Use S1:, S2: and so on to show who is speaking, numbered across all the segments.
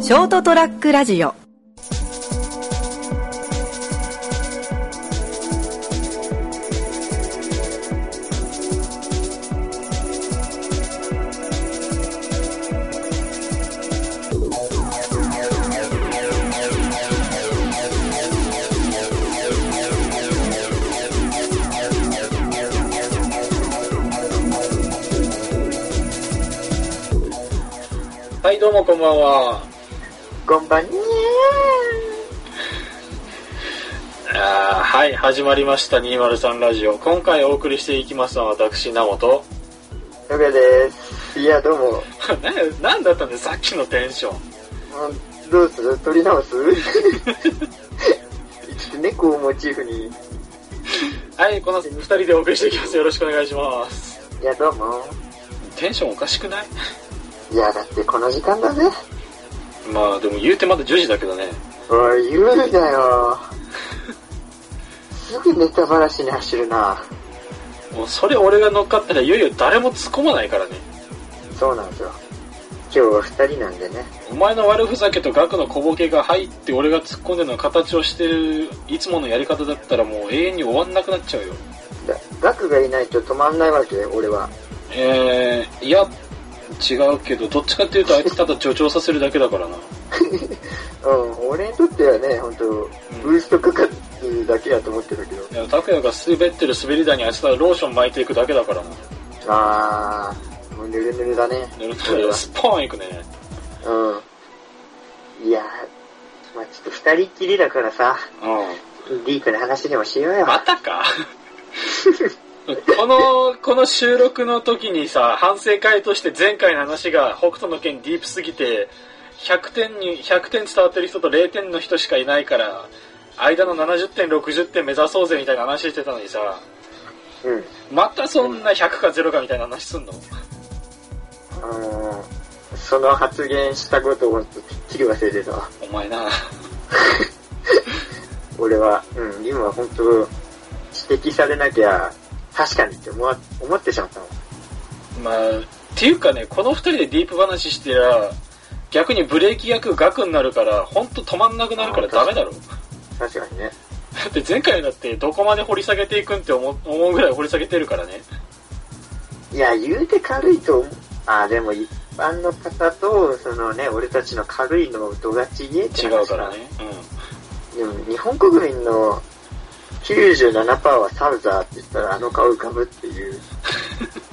S1: ショートトラックラジオ
S2: はい、どうもこんばんは。
S3: こんばんに
S2: あーはい、始まりました203ラジオ。今回お送りしていきますのは私、名本。
S3: ゃー。のべです。いや、どうも。
S2: ななんだったんだよさっきのテンション。
S3: うんどうする撮り直す ちょっと猫をモチーフに。
S2: はい、この2人でお送りしていきます。よろしくお願いします。
S3: いや、どうも。
S2: テンションおかしくない
S3: いや、だってこの時間だぜ。
S2: まあ、でも言うてまだ10時だけどね。
S3: おい、言うだよ。すぐネタばらしに走るな。
S2: もうそれ俺が乗っかったらいよいよ誰も突っ込まないからね。
S3: そうなんですよ。今日は二人なんでね。
S2: お前の悪ふざけと額の小ボケが入って俺が突っ込んでるの形をしてるいつものやり方だったらもう永遠に終わんなくなっちゃうよ。
S3: だガクがいないと止まんないわけ、俺は。
S2: えー、いや、違うけど、どっちかっていうと、あいつただ助長させるだけだからな。
S3: うん、俺にとってはね、本当ブーストかかってるだけやと思ってるけど。
S2: いや、拓也が滑ってる滑り台にあいつただローション巻いていくだけだからな。
S3: あー、もうぬるぬるだね。
S2: でスポーンいくね。
S3: うん。いやー、まあちょっと二人っきりだからさ、
S2: う。
S3: ディープな話でもしようんよ。
S2: またかこの、この収録の時にさ、反省会として前回の話が北斗の件ディープすぎて、100点に、100点伝わってる人と0点の人しかいないから、間の70点、60点目指そうぜみたいな話してたのにさ、
S3: うん。う
S2: またそんな100か0かみたいな話すんの
S3: ーん。その発言したことをきっちり忘れてたわ。
S2: お前な
S3: 俺は、うん、今は本当指摘されなきゃ、確かにって思わ思ってしまったもん。
S2: まあっていうかねこの2人でディープ話してりゃ逆にブレーキ役額になるからほんと止まんなくなるからダメだろだ
S3: 確かにね。
S2: って前回だってどこまで掘り下げていくんって思う思うぐらい掘り下げてるからね
S3: いや、言うて軽いと思う。あー、でも一般の方と、そのね、俺たちの軽いのをどがちげえっ
S2: 違
S3: て話だ
S2: うからね
S3: でも日本国民の97%はサウザーって言ったらあの顔浮かぶって いう。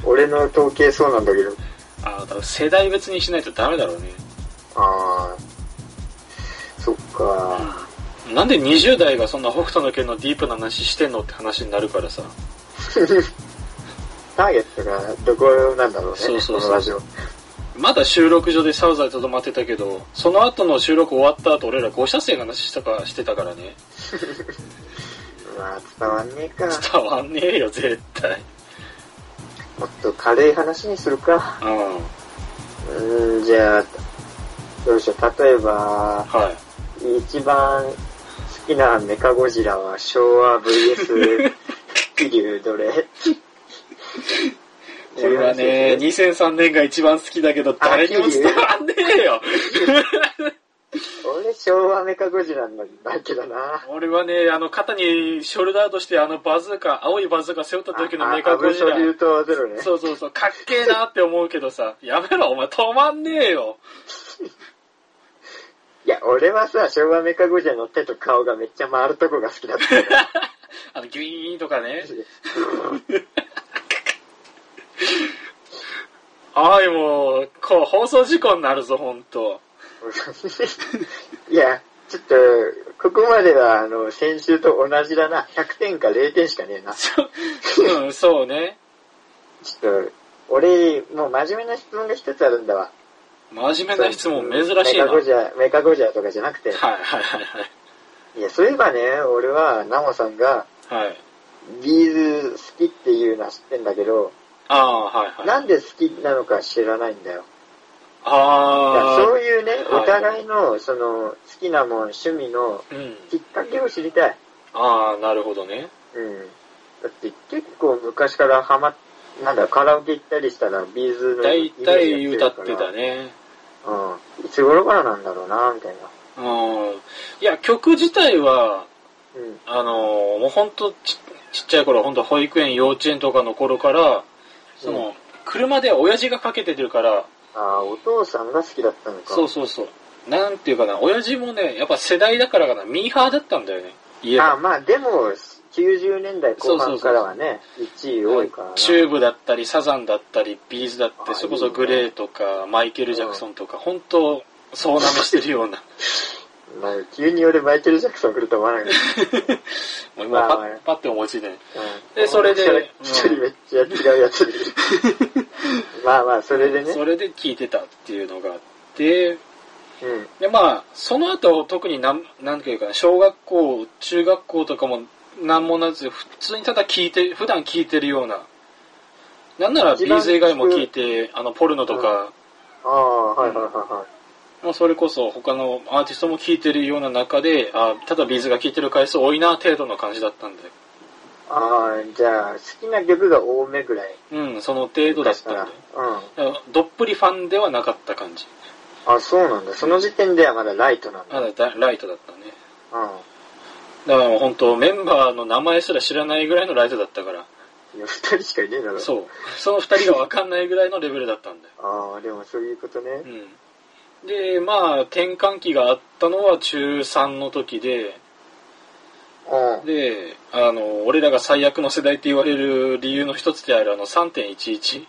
S3: 俺の統計そうなんだけど。
S2: うんああだから世代別にしないとダメだろうね
S3: あー、そっ か。
S2: なんで20代がそんな北斗の拳のディープな話してんのって話になるからさ
S3: ターゲットがどこなんだろうね、
S2: そうそうそう
S3: このラジオ。
S2: まだ収録所でサウザーにとどまってたけどその後の収録終わった後俺ら5車線の話したかしてたからね
S3: まあ伝わんねえか。
S2: 伝わんねえよ絶対
S3: もっと軽い話にするか。
S2: うん
S3: うーん、じゃあ、どうしよう。例えば、
S2: はい
S3: 一番好きなメカゴジラは昭和 VS 気流 どれ
S2: 俺はね、2003年が一番好きだけど、誰にも伝わんねえよ。
S3: 俺昭和メカゴジラなんだけどな。
S2: 俺はね、あの、肩にショルダーとして、あの、バズーカ、青いバズーカ背負った時のメカゴジ
S3: あアブソリュ
S2: ラ。
S3: ートゼロね。
S2: そうそうそう、かっけえなって思うけどさ、やめろ、お前止まんねえよ。
S3: いや、俺はさ、昭和メカゴジラの手と顔がめっちゃ回るとこが好き だったから。
S2: あの、ギュイーンとかね。あい、もう、こう、放送事故になるぞ、ほんと。
S3: いや、ちょっと、ここまでは、あの、先週と同じだな。100点か0点しかねえな。
S2: うん、そうね。
S3: ちょっと、俺、もう真面目な質問が一つあるんだわ。
S2: 真面目な質問、珍しいな。
S3: メカゴ
S2: はい
S3: ジラ、メカゴジラとかじゃなくて。
S2: はいはい
S3: いや、そういえばね、俺は、ナモさんが、
S2: はい。はい。
S3: ビーズ好きっていうのは知ってんだけど、
S2: ああ、はいはい。
S3: なんで好きなのか知らないんだよ。だから
S2: ああ。
S3: そういうね、
S2: はい
S3: お互いの、その、好きなもん、趣味の
S2: うん。
S3: きっかけを知りたい。
S2: ああ、なるほどね。
S3: うん。だって結構昔からハマっなんだ、カラオケ行ったりしたら、ビーズの
S2: 大
S3: イメージ
S2: 体
S3: が強
S2: 歌
S3: い
S2: っ
S3: から
S2: てたね。
S3: うん。いつ頃からなんだろうな、みたいな。
S2: うん。いや、曲自体は、
S3: うん。
S2: あのーもう本当ちちっちゃい頃本当保育園幼稚園とかの頃からその、
S3: う
S2: 車で親父がかけてるから
S3: ああ、お父さんが好きだったのか。
S2: そうそうそうなんていうかな親父もねやっぱ世代だからかなミーハーだったんだよね家
S3: あ
S2: が
S3: あ、まあでも、90年代後
S2: そうそうそう
S3: 半からはね、1位多いからな。
S2: チューブだったりサザンだったりビーズだっ
S3: あ
S2: て
S3: あ
S2: それこそグレーとかマイケル・ジャクソンとか本当そうなめしてるような
S3: まあ、急に俺マイケル・ジャクソン来ると思わないけど。
S2: もう今パ
S3: まあ
S2: ッパッて思いついてね
S3: う
S2: で
S3: ん
S2: それで
S3: 友達 から一人めっちゃ違うや つで。まあまあ、それでね。
S2: それで聞いてたっていうのがあって
S3: うん。
S2: でまあその後特になんなんていうかな小学校中学校とかも何もなず普通にただ聞いて普段聞いてるようななんならビ
S3: 一番
S2: ーズ以外も
S3: 聞く
S2: 聞いてあのポルノとか、
S3: ああ、はいはいはいは
S2: もうそれこそ他のアーティストも聞いてるような中であただビーズが聞いてる回数多いな程度の感じだったんで
S3: い。ああ、じゃあ、好きな曲が多めぐらい。
S2: うんその程度だったんで
S3: うん。
S2: だからどっぷりファンではなかった感じ
S3: あ、そうなんだ。その時点ではまだライトなんだ。
S2: あ
S3: うん。
S2: だだライトだったねだからもう本当メンバーの名前すら知らないぐらいのライトだったから
S3: いや、二人しかいねえだろ。う。
S2: そう。その二人が分かんないぐらいのレベルだったんだよ。
S3: ああ、でもそういうことね。
S2: うん。で、まあ、転換期があったのは中3の時で、
S3: うん。
S2: で、あの、俺らが最悪の世代って言われる理由の一つであるあの3.11。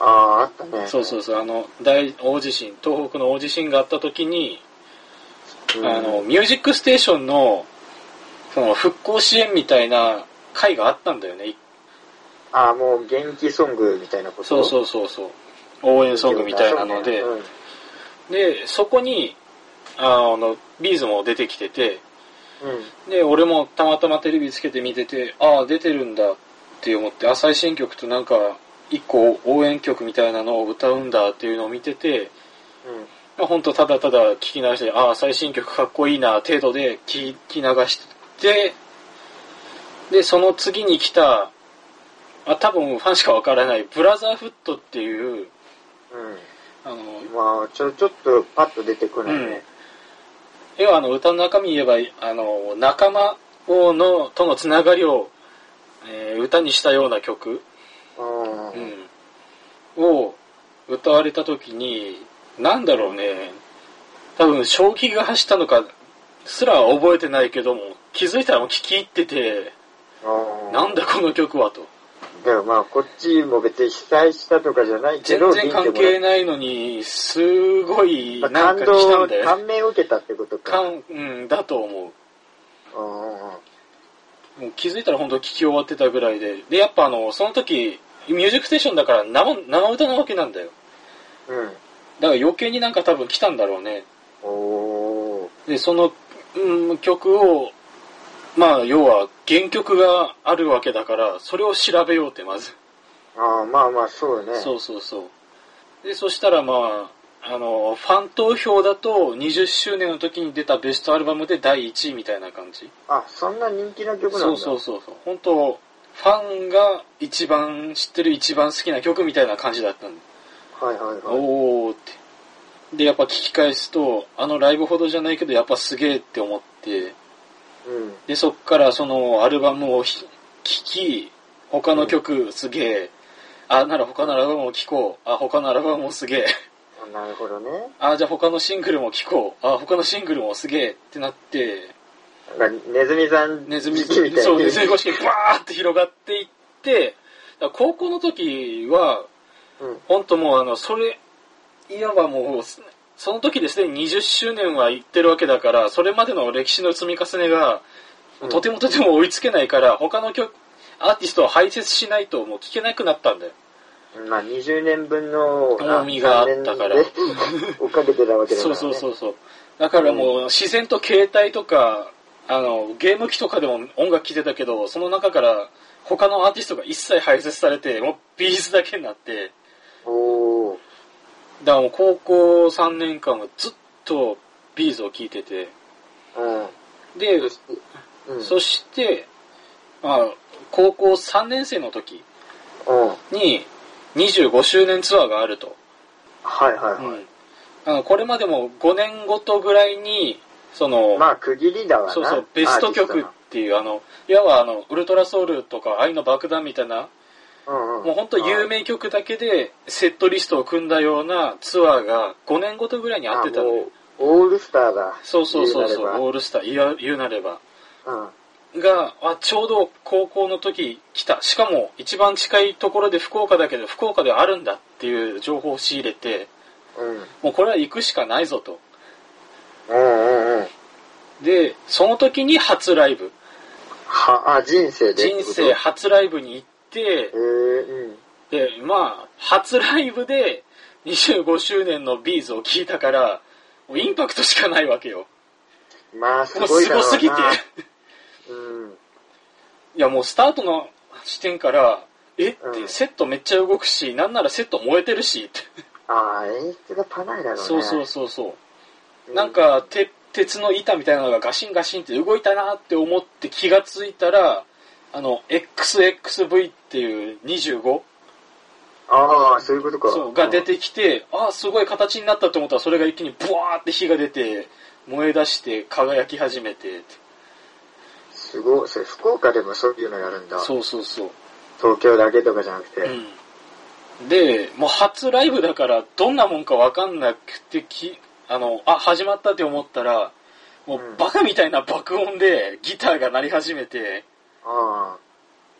S3: ああ、あったね。
S2: そうそうそう、あの、大、大地震、東北の大地震があった時に、
S3: うん。
S2: あの、ミュージックステーションの、その、復興支援みたいな会があったんだよね。
S3: ああ、もう元気ソングみたいなこと。
S2: そうそううそうそう。応援ソングみたいなので、
S3: うん。
S2: でそこにあのビーズも出てきてて
S3: うん
S2: で俺もたまたまテレビつけて見ててああ出てるんだって思って朝日新曲となんか一個応援曲みたいなのを歌うんだっていうのを見てて、
S3: うん。
S2: まあ、本当ただただ聞き流してああ最新曲かっこいいな程度で聞き流してでその次に来たあ多分ファンしかわからないブラザーフットっていう
S3: うん。
S2: あの
S3: まあ、ちょ、ちょっとパッと出てこないね。
S2: 要はあの歌の中身言えばあの仲間をのとのつながりを、えー歌にしたような曲、
S3: うん。うん。
S2: うん、を歌われた時になんだろうね多分衝撃が走ったのかすら覚えてないけども気づいたらもう聴き入っててなんだこの曲はと
S3: でもまあ、こっちも別に被災したとかじゃないけ
S2: 全
S3: ど、
S2: 然関係ないのにすごい
S3: 元気もら
S2: な
S3: っ
S2: ん
S3: た
S2: か
S3: ま
S2: 来た
S3: あ
S2: んだ
S3: 感動、
S2: よ
S3: 感銘を受けたってことか。
S2: 感、うん、だと思う
S3: うんうんうん。
S2: もう気づいたら本当聞き終わってたぐらいで。で、やっぱあの、その時、ミュージックステーションだから生、生歌なわけなんだよ。
S3: うん。
S2: だから余計になんか多分来たんだろうね。
S3: おー。
S2: で、その、うん、曲を、まあ、要は原曲があるわけだから、それを調べようって、まず。
S3: ああ、まあまあ、そうね。
S2: そうそうそう。で、そしたらまあ、あの、ファン投票だと20周年の時に出たベストアルバムで第1位みたいな感じ。
S3: あ、そんな人気な曲なんだ。
S2: そうそうそうそう本当ファンが一番知ってる一番好きな曲みたいな感じだったんで、
S3: はいはいはい。
S2: おおってでやっぱ聞き返すとあのライブほどじゃないけどやっぱすげえって思って
S3: うん。
S2: でそっからそのアルバムをひ聴き他の曲すげえ、あなら他のアルバムも聴こうあ他のアルバムもすげえ
S3: なるほどね。
S2: あじゃあ他のシングルも聴こうあ他のシングルもすげえってなって
S3: なんかネズミさん、
S2: ネズミ、
S3: 好きみたいな。
S2: そう、ネズミ越しにバーって広がっていって、だから高校の時は、
S3: うん。
S2: 本当もうあの、それ、いわばもう、その時ですでに20周年は行ってるわけだから、それまでの歴史の積み重ねが、
S3: うん
S2: とてもとても追いつけないから、他の曲、アーティストを排泄しないともう聞けなくなったんだよ。
S3: まあ、20年分の
S2: 重みがあったから
S3: 3年で追っかけてたわけだか
S2: そう
S3: ら、ね、
S2: そうそうそう。だからもう、自然と携帯とか、あの、ゲーム機とかでも音楽聴いてたけど、その中から、他のアーティストが一切排泄されて、もうビーズだけになって、
S3: おー
S2: だからもう高校3年間はずっとビーズを聴いてて、
S3: うん
S2: で
S3: そ、してうん
S2: そして、まあ、高校3年生の時
S3: うんはい
S2: に、25周年ツアーがあると。
S3: はいはい、
S2: うんあのこれまでも5年ごとぐらいにその、
S3: まあ、区切りだわな。
S2: そうそうベスト曲っていうあのいわばあのウルトラソウルとか愛の爆弾みたいな
S3: も
S2: もう本当有名曲だけでセットリストを組んだようなツアーが5年ごとぐらいにあってたのよ
S3: オールスターだ。
S2: そうそうそうそう
S3: 言なれば
S2: オールスター言わ言うなれば
S3: うん。
S2: があちょうど高校の時来たしかも一番近いところで福岡だけど福岡ではあるんだっていう情報を仕入れて
S3: うん。
S2: もうこれは行くしかないぞと
S3: うんうんうん。
S2: でその時に初ライブ
S3: は、あ、人生で。
S2: 人生初ライブに行って
S3: えー、うん。
S2: でまあ初ライブで25周年のビーズを聞いたからもうインパクトしかないわけよ
S3: まあ、す
S2: もう
S3: ごい
S2: す
S3: だろう
S2: ごす
S3: な。
S2: ぎて
S3: うん。
S2: いやもうスタートの視点からえって、
S3: うん
S2: セットめっちゃ動くしなんならセット燃えてるしって
S3: ああ、演出がパないだろうね。
S2: そうそうそうそう
S3: う
S2: なん、か鉄鉄の板みたいなのがガシンガシンって動いたなって思って気がついたらあの XXV っていう25
S3: ああ、そういうことか。
S2: そうが出てきてああすごい形になったと思ったらそれが一気にブワーって火が出て燃え出して輝き始めて
S3: うん。すごい。それ、福岡でもそういうのやるんだ。
S2: そうそうそう、
S3: 東京だけとかじゃなくて。
S2: うん、でもう初ライブだからどんなもんか分かんなくてきあのあ始まったって思ったらもうバカみたいな爆音でギターが鳴り始めて
S3: あ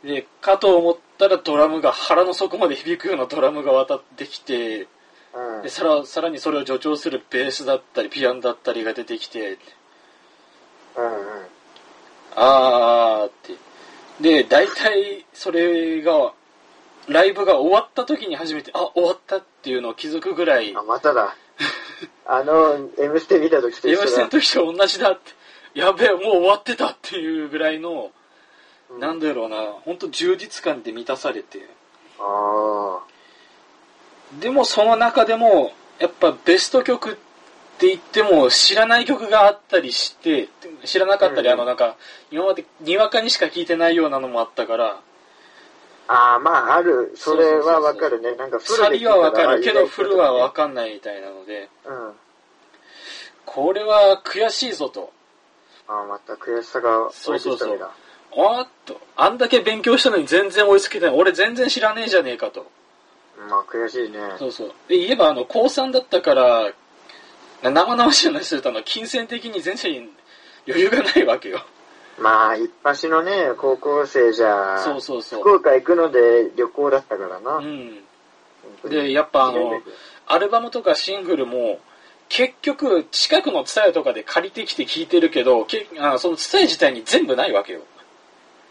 S2: で、かと思ったらドラムが腹の底まで響くようなドラムが渡ってきて、
S3: あ。うん
S2: で。さらさらにそれを助長するベースだったり、ピアノだったりが出てきて、
S3: うんうん。
S2: あーって。で、大体それが、ライブが終わった時に初めて、あ、終わったっていうのを気づくぐらい
S3: あ、、ま ただ。あの、M ステ見た時と
S2: 電
S3: 一
S2: 話
S3: 緒
S2: して
S3: だ
S2: の。時と同じだって、やべえ、もう終わってたっていうぐらいの、
S3: うん
S2: なんだろうな、ほんと充実感で満たされて。
S3: あ
S2: でもその中でもやっぱベスト曲って言っても知らない曲があったりして知らなかったり、
S3: うん
S2: あのなんか今までにわかにしか聴いてないようなのもあったから
S3: あ。ああ、まあ、ある。それはわかるね。なんか、フル
S2: サ
S3: で
S2: ビはわかるけどフ
S3: フ
S2: ルはわ
S3: か
S2: かんないみたいなので
S3: る。うん。
S2: これは悔しいぞと
S3: ああ、また悔しさが降りてきたんだ。
S2: あーっとあんだけ勉強したのに全然追いつけてない俺全然知らねえじゃねえかと
S3: まあ、悔しいね。
S2: そうそうで言えばあの高3だったからな生々しい話するとあの金銭的に全然余裕がないわけよ
S3: まあ、一発のね、高校生じゃ、
S2: そうそうそう
S3: 福岡行くので旅行だったからな。
S2: うん、でやっぱあのアルバムとかシングルも結局近くのツタヤとかで借りてきて聴いてるけどけあそのツタヤ自体に全部ないわけよ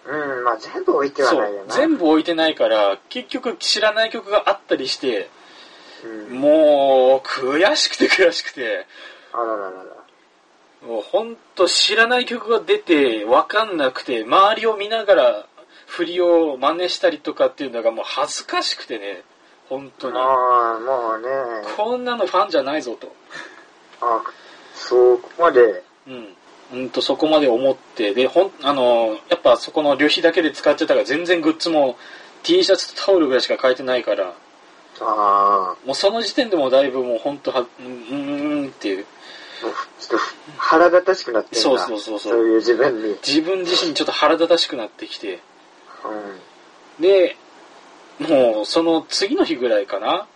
S3: うん、まあ、全部置いては
S2: そ
S3: ないよ
S2: う
S3: な。
S2: 全部置いてないから結局知らない曲があったりして
S3: うん。
S2: もう悔しくて悔しくて
S3: あらららら。
S2: もうほんと知らない曲が出て分かんなくて周りを見ながら振りを真似したりとかっていうのがもう恥ずかしくてね本当に
S3: ああ、もうね、
S2: こんなのファンじゃないぞと
S3: あそこまで、
S2: うん、うんとそこまで思ってでほんあのやっぱそこの旅費だけで使ってたから全然グッズも T シャツとタオルぐらいしか買えてないから
S3: ああ、
S2: もうその時点でもうだいぶもう本当はうんうんうんっていう
S3: もうちょっと腹立たしくなってんだ。
S2: そうそうそうそう
S3: そういう自分に。うん。
S2: 自分自身ちょっと腹立たしくなってきてでもうその次の日ぐらいかな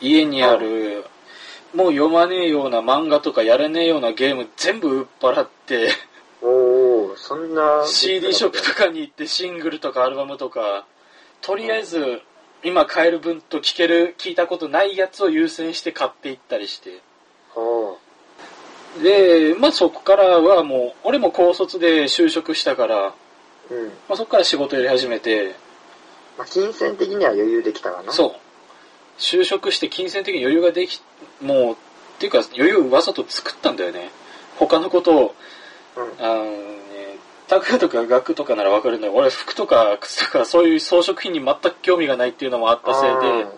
S2: 家にあるもう読まねえような漫画とかやれねえようなゲーム全部売っ払って
S3: おお、そんな。
S2: CD ショップとかに行ってシングルとかアルバムとかとりあえず今買える分と聞ける聞いたことないやつを優先して買っていったりして
S3: おー
S2: でまあそこからはもう俺も高卒で就職したから、ま
S3: うん。
S2: あ、そこから仕事やり始めて
S3: まあ、金銭的には余裕できたわな。
S2: そう就職して金銭的に余裕ができもうっていうか余裕をわざと作ったんだよね他のことを
S3: うん。
S2: あのね、タクとか額とかならわかるんだけど、俺服とか靴とかそういう装飾品に全く興味がないっていうのもあったせいで、
S3: うん。うん。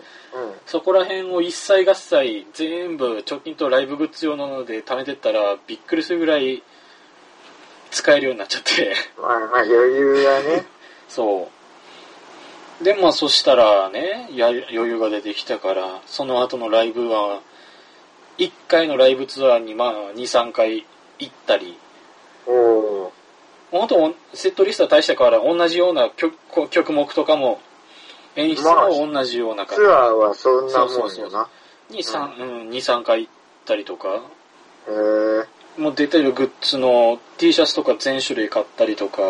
S2: そこら辺を一切合切全部貯金とライブグッズ用なので貯めてったらびっくりするぐらい使えるようになっちゃって、
S3: まあまあ余裕がね。
S2: そう。で、まあそしたらね、や余裕が出てきたから、その後のライブは、 1回のライブツアーにまあ23回行ったり
S3: おー
S2: 本当セットリストは大した変わらん同じような曲こう曲目とかも演出も同じような感じ、
S3: ツアーはそんなもんよな。
S2: に3うん、2、3回行ったりとか、
S3: へー
S2: もう出てるグッズの T シャツとか全種類買ったりとか、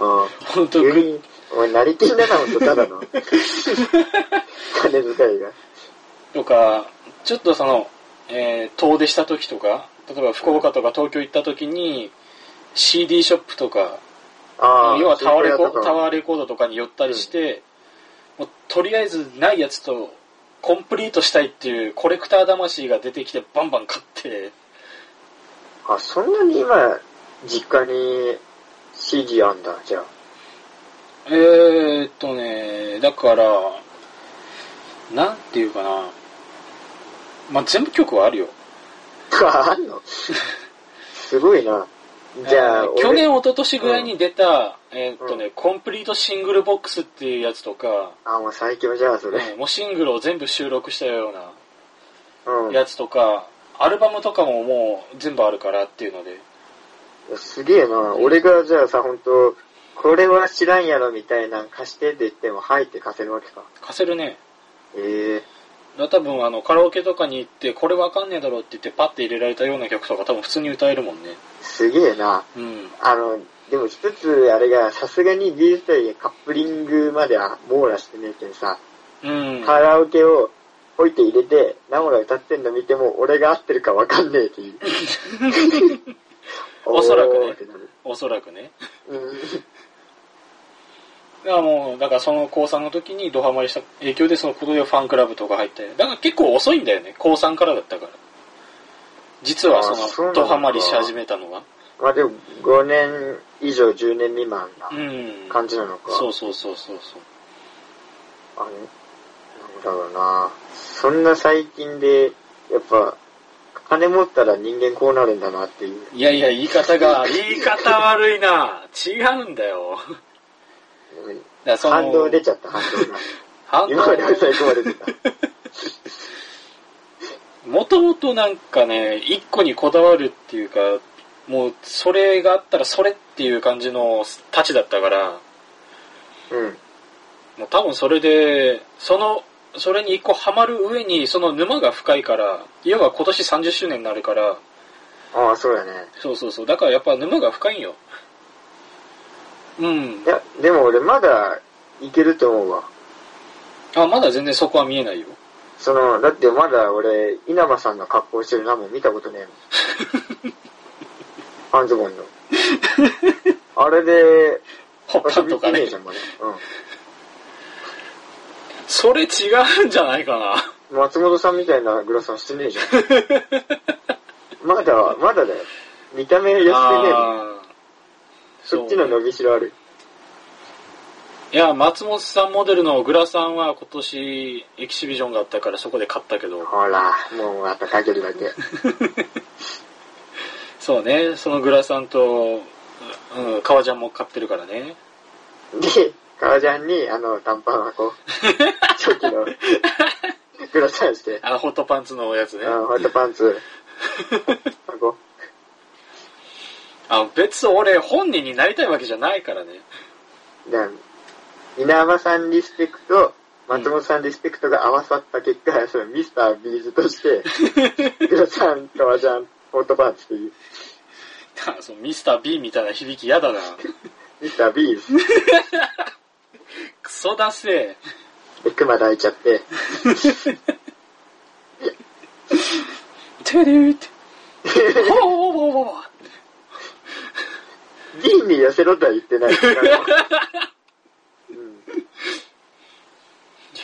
S3: あ
S2: 本当
S3: ー
S2: グ
S3: 急
S2: ッ
S3: に、お前、なりきんだな、ほんと、ただの。金遣いが。
S2: とか、ちょっとその、えー遠出した時とか、例えば福岡とか東京行った時に、CD ショップとか、
S3: ああ、
S2: 要はタワーレコ
S3: そういうことか
S2: タワーレコードとかに寄ったりして、もうとりあえずないやつとコンプリートしたいっていうコレクター魂が出てきてバンバン買って、
S3: あ、そんなに今、実家に CD あんだ、じゃあ。
S2: えー、っとね、だから、なんていうかな。まあ、全部曲はあるよ。
S3: あ あんのすごいな。じゃ
S2: え
S3: あ、
S2: ー
S3: 俺
S2: 去年、一昨年ぐらいに出た、えーっとね、コンプリートシングルボックスっていうやつとか、
S3: あ、もう最強じゃん、それ。
S2: うんもうシングルを全部収録したような
S3: うん。
S2: やつとか、アルバムとかももう全部あるからっていうので。
S3: すげえな。俺がじゃあさ、ほんと、これは知らんやろみたいなん貸してって言っても、はいって貸せるわけか。
S2: 貸せるね。
S3: ええ
S2: だから多分あのカラオケとかに行ってこれわかんねえだろって言ってパッて入れられたような曲とか多分普通に歌えるもんね。
S3: すげえな。
S2: うん。
S3: あの、でも一つあれが、さすがに D スタイカップリングまでは網羅してねえけんさ、
S2: うん。
S3: カラオケを置いて入れて、ナオが歌ってんの見ても、俺が合ってるかわかんねえっ ていう。
S2: おそらくね
S3: ーってなる
S2: おそらくね。
S3: うん
S2: だからもう、だからその高3の時にドハマりした影響でそのことでファンクラブとか入って、だから結構遅いんだよね、高3からだったから。実は
S3: あ
S2: そ
S3: そう
S2: の
S3: なんだ
S2: ドハマりし始めたのが。
S3: まあでも、5年以上10年未満な
S2: うん。
S3: 感じなのか。
S2: そうそうそうそうそう。
S3: あれなんだろうなそんな最近で、やっぱ、金持ったら人間こうなるんだなっていう。
S2: いやいや、言い方 が、言い方悪いな違うんだよ。
S3: うん
S2: だからその
S3: 反動出ちゃった、反動が。
S2: 反
S3: 今まで最高まで出た。
S2: もともとなんかね、一個にこだわるっていうか、もうそれがあったらそれっていう感じのたちだったから、
S3: うん。
S2: もう多分それで、その、それに一個ハマる上に、その沼が深いから、要は今年30周年になるから、
S3: ああ、そうだね。
S2: そうそうそう、だからやっぱ沼が深いんよ。うん
S3: い。や、でも俺まだいけると思うわ。
S2: あ、まだ全然そこは見えないよ。
S3: その、だってまだ俺、稲葉さんの格好してるなもん見たことねえもん。 半ズボンの。あれで、
S2: ほっぱ
S3: 遊
S2: ん
S3: び
S2: と
S3: 行け
S2: か
S3: ね
S2: ね
S3: えじ。ゃん、まだ。うん。
S2: それ違うんじゃないかな。
S3: 松本さんみたいなグラサンしてねえじゃん。まだ、まだだよ。見た目痩せてねえもん。
S2: あー
S3: そっちの伸びしろある。
S2: いや、松本さんモデルのグラさんは今年エキシビジョンがあったからそこで買ったけど、
S3: ほら、もうあとかけるだけ。
S2: そうね、そのグラさんと、うん、革ジャンも買ってるからね。
S3: で、革ジャンに、あの、短パンはこう、初期の、グラサンして、
S2: あ、ホットパンツのやつね。
S3: あのホワイトパンツ、あこ
S2: あ、別俺本人になりたいわけじゃないからね。
S3: うで、稲葉さんリスペクト、松本さんリスペクトが合わさった結果、そのミスタービーズとして、グラサン、革ジャン、ホットパンツっていう、
S2: あそうミスター B みたいな響き嫌だな。
S3: ミスタービーズ。
S2: クソだせ
S3: で、熊抱いちゃって、
S2: え。てるーって。ほぼぼぼぼ。
S3: 銀に寄せろとは言ってない。う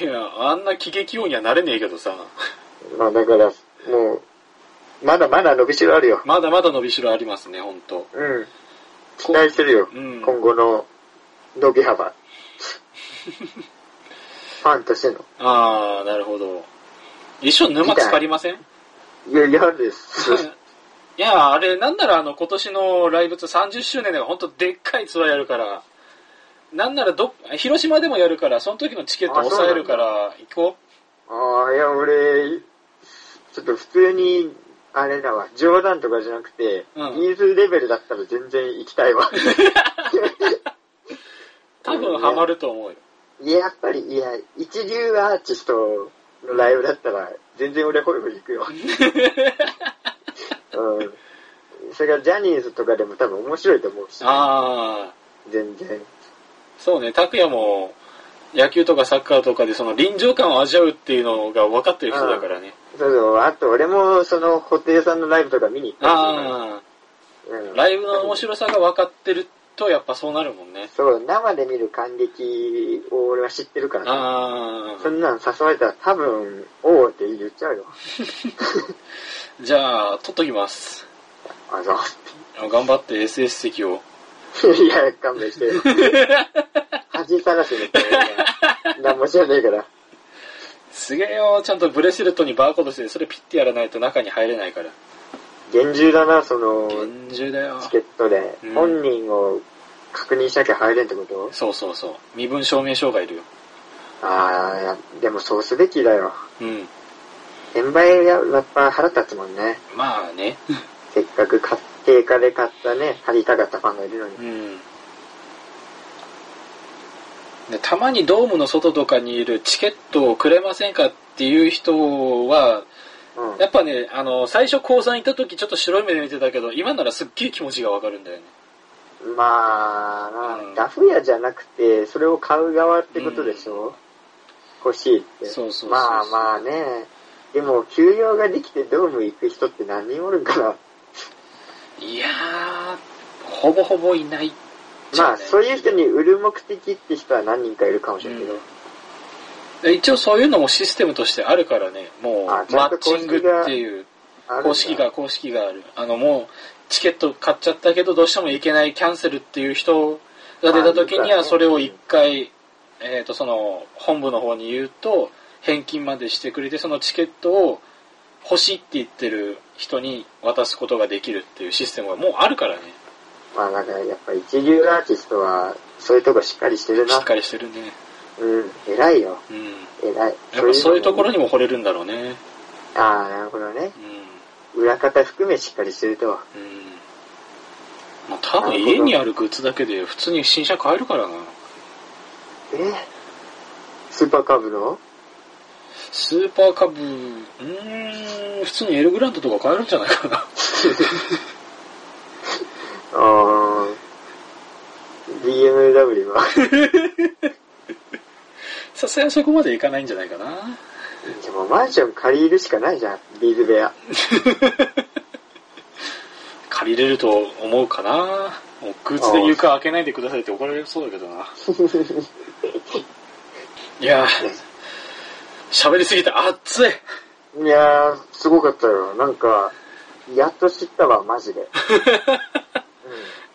S2: いや、あんな喜劇王にはなれねえけどさ。
S3: ん、まあだから、もう、まだまだ伸びしろあるよ。
S2: まだまだ伸びしろありますね、ほんと。
S3: うん。期待してるよ。
S2: うん
S3: 今後の伸び 幅。ファンとしての。
S2: あー、なるほど。一緒に沼つかりません
S3: いや、嫌です。
S2: いや、あれ、なんならあの、今年のライブツアー30周年で本当でっかいツアーやるから、なんならどっ、広島でもやるから、その時のチケットを抑えるから、行こ
S3: ああ、いや、俺、ちょっと普通に、あれだわ、冗談とかじゃなくて、
S2: うん
S3: 人数レベルだったら全然行きた いわ。
S2: 多分ハマると思うよ。
S3: いや、やっぱり、いや、一流アーティストのライブだったら、全然俺ホイホイ行く よ。うん。それからジャニーズとかでも多分面白いと思うし、
S2: ああ、
S3: 全然。
S2: そうね、拓也も野球とかサッカーとかでその臨場感を味わうっていうのが分かってる人だからね。
S3: そうそう、あと俺もその、布袋さんのライブとか見に行った
S2: あ
S3: りするから
S2: あ、
S3: うん
S2: ライブの面白さが分かってるとやっぱそうなるもんね。
S3: そう、生で見る感激を俺は知ってるからさ
S2: あ
S3: そんなん誘われたら多分、おおって言っちゃうよ。
S2: あ、じゃあ、取っときます。
S3: あの、
S2: 頑張って SS 席を。
S3: いや、勘 弁してよ。恥探しに行ったら、なんも知らねえから。
S2: すげえよ、ちゃんとブレスレットにバーコードして、それピッてやらないと中に入れないから。
S3: 厳重だな、その、
S2: 厳重だよ。
S3: チケットで
S2: うん。
S3: 本人を確認しなきゃ入れんってこと
S2: そうそうそう。身分証明書がいるよ。
S3: ああ、いやでもそうすべきだよ。
S2: うん。
S3: 転売がやっぱ腹立つもんね。
S2: まあね。
S3: せっかく買って、定価で買ったね、入りたかったファンがいるのに
S2: う。ん。でたまにドームの外とかにいるチケットをくれませんかっていう人は、
S3: うん。
S2: やっぱね、あの、最初高三行った時ちょっと白い目で見てたけど、今ならすっげえ気持ちがわかるんだよね。
S3: まあ、
S2: うん
S3: ダフ屋じゃなくて、それを買う側ってことでしょ、欲しいって。
S2: そうそうそうそう
S3: まあまあね。でも、休養ができてドーム行く人って何人おるんかな。
S2: いやー、ほぼほぼいない。
S3: まあ、そう
S2: う
S3: いう人に売る目的って人は何人かいるかもしれんけど。
S2: で一応そういうのもシステムとしてあるからね、もう
S3: あ、ちゃ
S2: マ
S3: んと
S2: ッ
S3: 公
S2: チ
S3: 式
S2: ン
S3: が
S2: グっていう。
S3: あるんだ
S2: 公式。が公式があるあのもうチケット買っちゃったけどどうしても行けないキャンセルっていう人が出た時に
S3: ま
S2: は
S3: あ
S2: それを一回、えー、とその本部の方に言うと返金までしてくれてそのチケットを欲しいって言ってる人に渡すことができるっていうシステムがもうあるからね
S3: まあなんか、やっぱ一流アーティストは、そういうとこしっかりしてる
S2: しっ
S3: な。
S2: かりしてるね
S3: うん。偉いよ。
S2: うん
S3: 偉い。
S2: やっぱそういうところ
S3: に。
S2: にも惚れるんだろうね
S3: ああ、なるほどね。
S2: うん
S3: 裏方含めしっかりしてると。
S2: うんまあ多分家にあるグッズだけで普通に新車買えるからな
S3: えスーパーカブの
S2: スーパーカブ、うーん、普通にエルグランドとか買えるんじゃないかな。
S3: あー BMW は
S2: さすがにそこまでいかないんじゃないかな。
S3: でもマンション借りるしかないじゃんビーズ部屋
S2: 借りれると思うかな。もうグッズで床開けないでくださいって怒られそうだけどな。いやー、喋りすぎて熱い。
S3: いやーすごかったよなんかやっと知ったわマジで、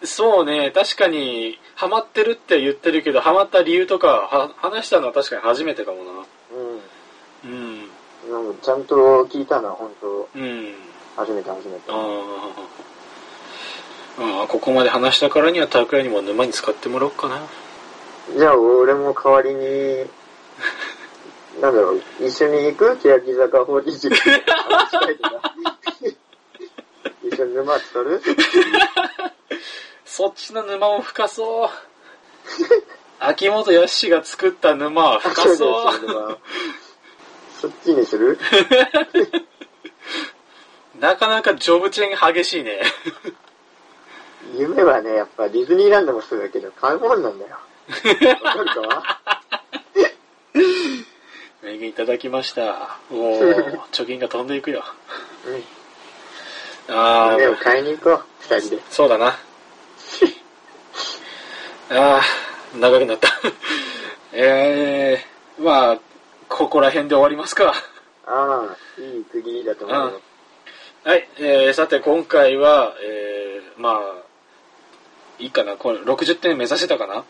S2: そうね、確かに、ハマってるって言ってるけど、ハマった理由とかは話したのは確かに初めてかもな。
S3: うん、
S2: うん。
S3: うん、うんちゃんと聞いたのは本当
S2: うん。
S3: 初めて初めて
S2: ああ、うん、ここまで話したからには拓哉にも沼に使ってもらおうかな
S3: じゃあ俺も代わりになんだろう一緒に行く欅坂46話したいとか一緒に沼伝る
S2: そっちの沼も深そう 秋元康が作った沼は深 そう
S3: そっちにする
S2: なかなかジョブチェーン激しいね
S3: 夢はね、やっぱディズニーランドもそうだけど、買うもんなんだよ。わかるか
S2: 名言いただきましたもう 貯金が飛んでいくよ
S3: うん。
S2: ああ
S3: 夢を買いに行こう、二人で。
S2: そう だなああ長くなった ええまあここら辺で終わりますか
S3: ああ、いい区切りだと思うよ。
S2: はい、えー、さて今回は、えー、まあいいかなこれ60点目指せたかな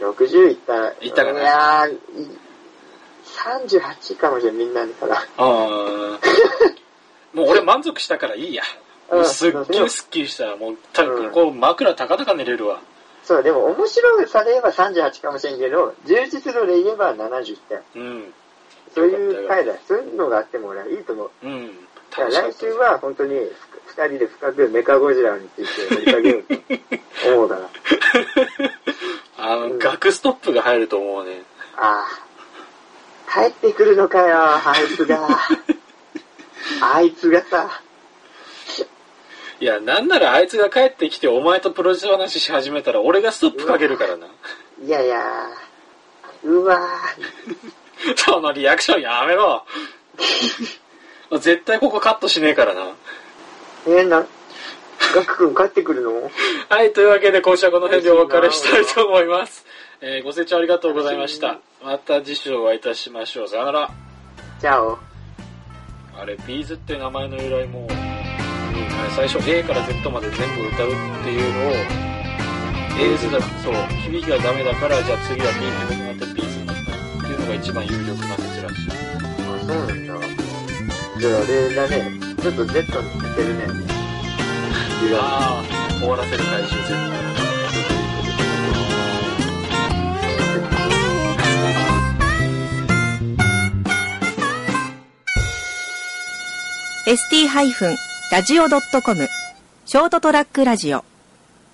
S3: 60いった。
S2: いったかない
S3: やー、い38かもしれん、みんなから。
S2: あ ーもう俺満足したからいいや
S3: うん
S2: もうすっげえすっきりしたもうた
S3: うん
S2: こう枕高々寝れるわ
S3: そう、でも面白さで言えば38かもしれんけど、充実度で言えば70点。
S2: うん
S3: そういう回だ。そういうのがあっても俺はいいと思う。
S2: うん
S3: だから来週は本当に二人で深くメカゴジラについて掘り下げようと思うから。
S2: あの、
S3: うん
S2: 学ストップが入ると思うね。
S3: ああ、帰ってくるのかよ、あいつが。あいつがさ、
S2: いや、なんならあいつが帰ってきてお前とプロジェクト話し始めたら俺がストップかけるからな。
S3: いやいや、うわ
S2: そのリアクションやめ ろ絶対ここカットしねえからな。
S3: ーえな、ガク君帰ってくるの
S2: はい、というわけで今週はこの辺でお別れしたいと思います。 えーご清聴ありがとうございました。また次週お会いいたしましょう。さよなら。
S3: じゃあ、
S2: あれ、ビーズって名前の由来も、最初 A から Z まで全部歌うっていうのを、A 図だ、そう、響きがダメだから、じゃあ次は B ってことになってビーズになったっていうのが一番有力な説らしい。
S3: あそうなんだ。じゃあ、あれだね、ちょっと Z に似てるね。いや
S2: ああ、終わらせる回収全部。
S1: ST-radio.com ショートトラックラジオ